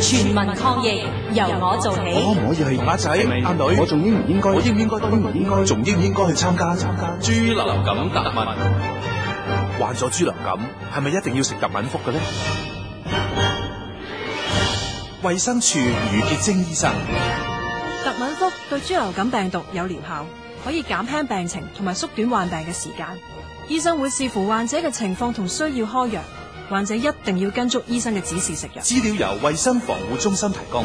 全民抗疫，由我做我起。可唔可以去馬仔？阿女，我仲應唔應該？我應唔應該？應唔應該？仲應唔應該去參加？參加猪流感特問，患咗豬流感，係咪一定要食特敏福嘅呢？衛生署余潔晶醫生，特敏福對豬流感病毒有療效，可以減輕病情同埋縮短患病嘅時間。醫生會視乎患者嘅情況同需要開藥，患者一定要跟足醫生嘅指示食藥。資料由衛生防護中心提供。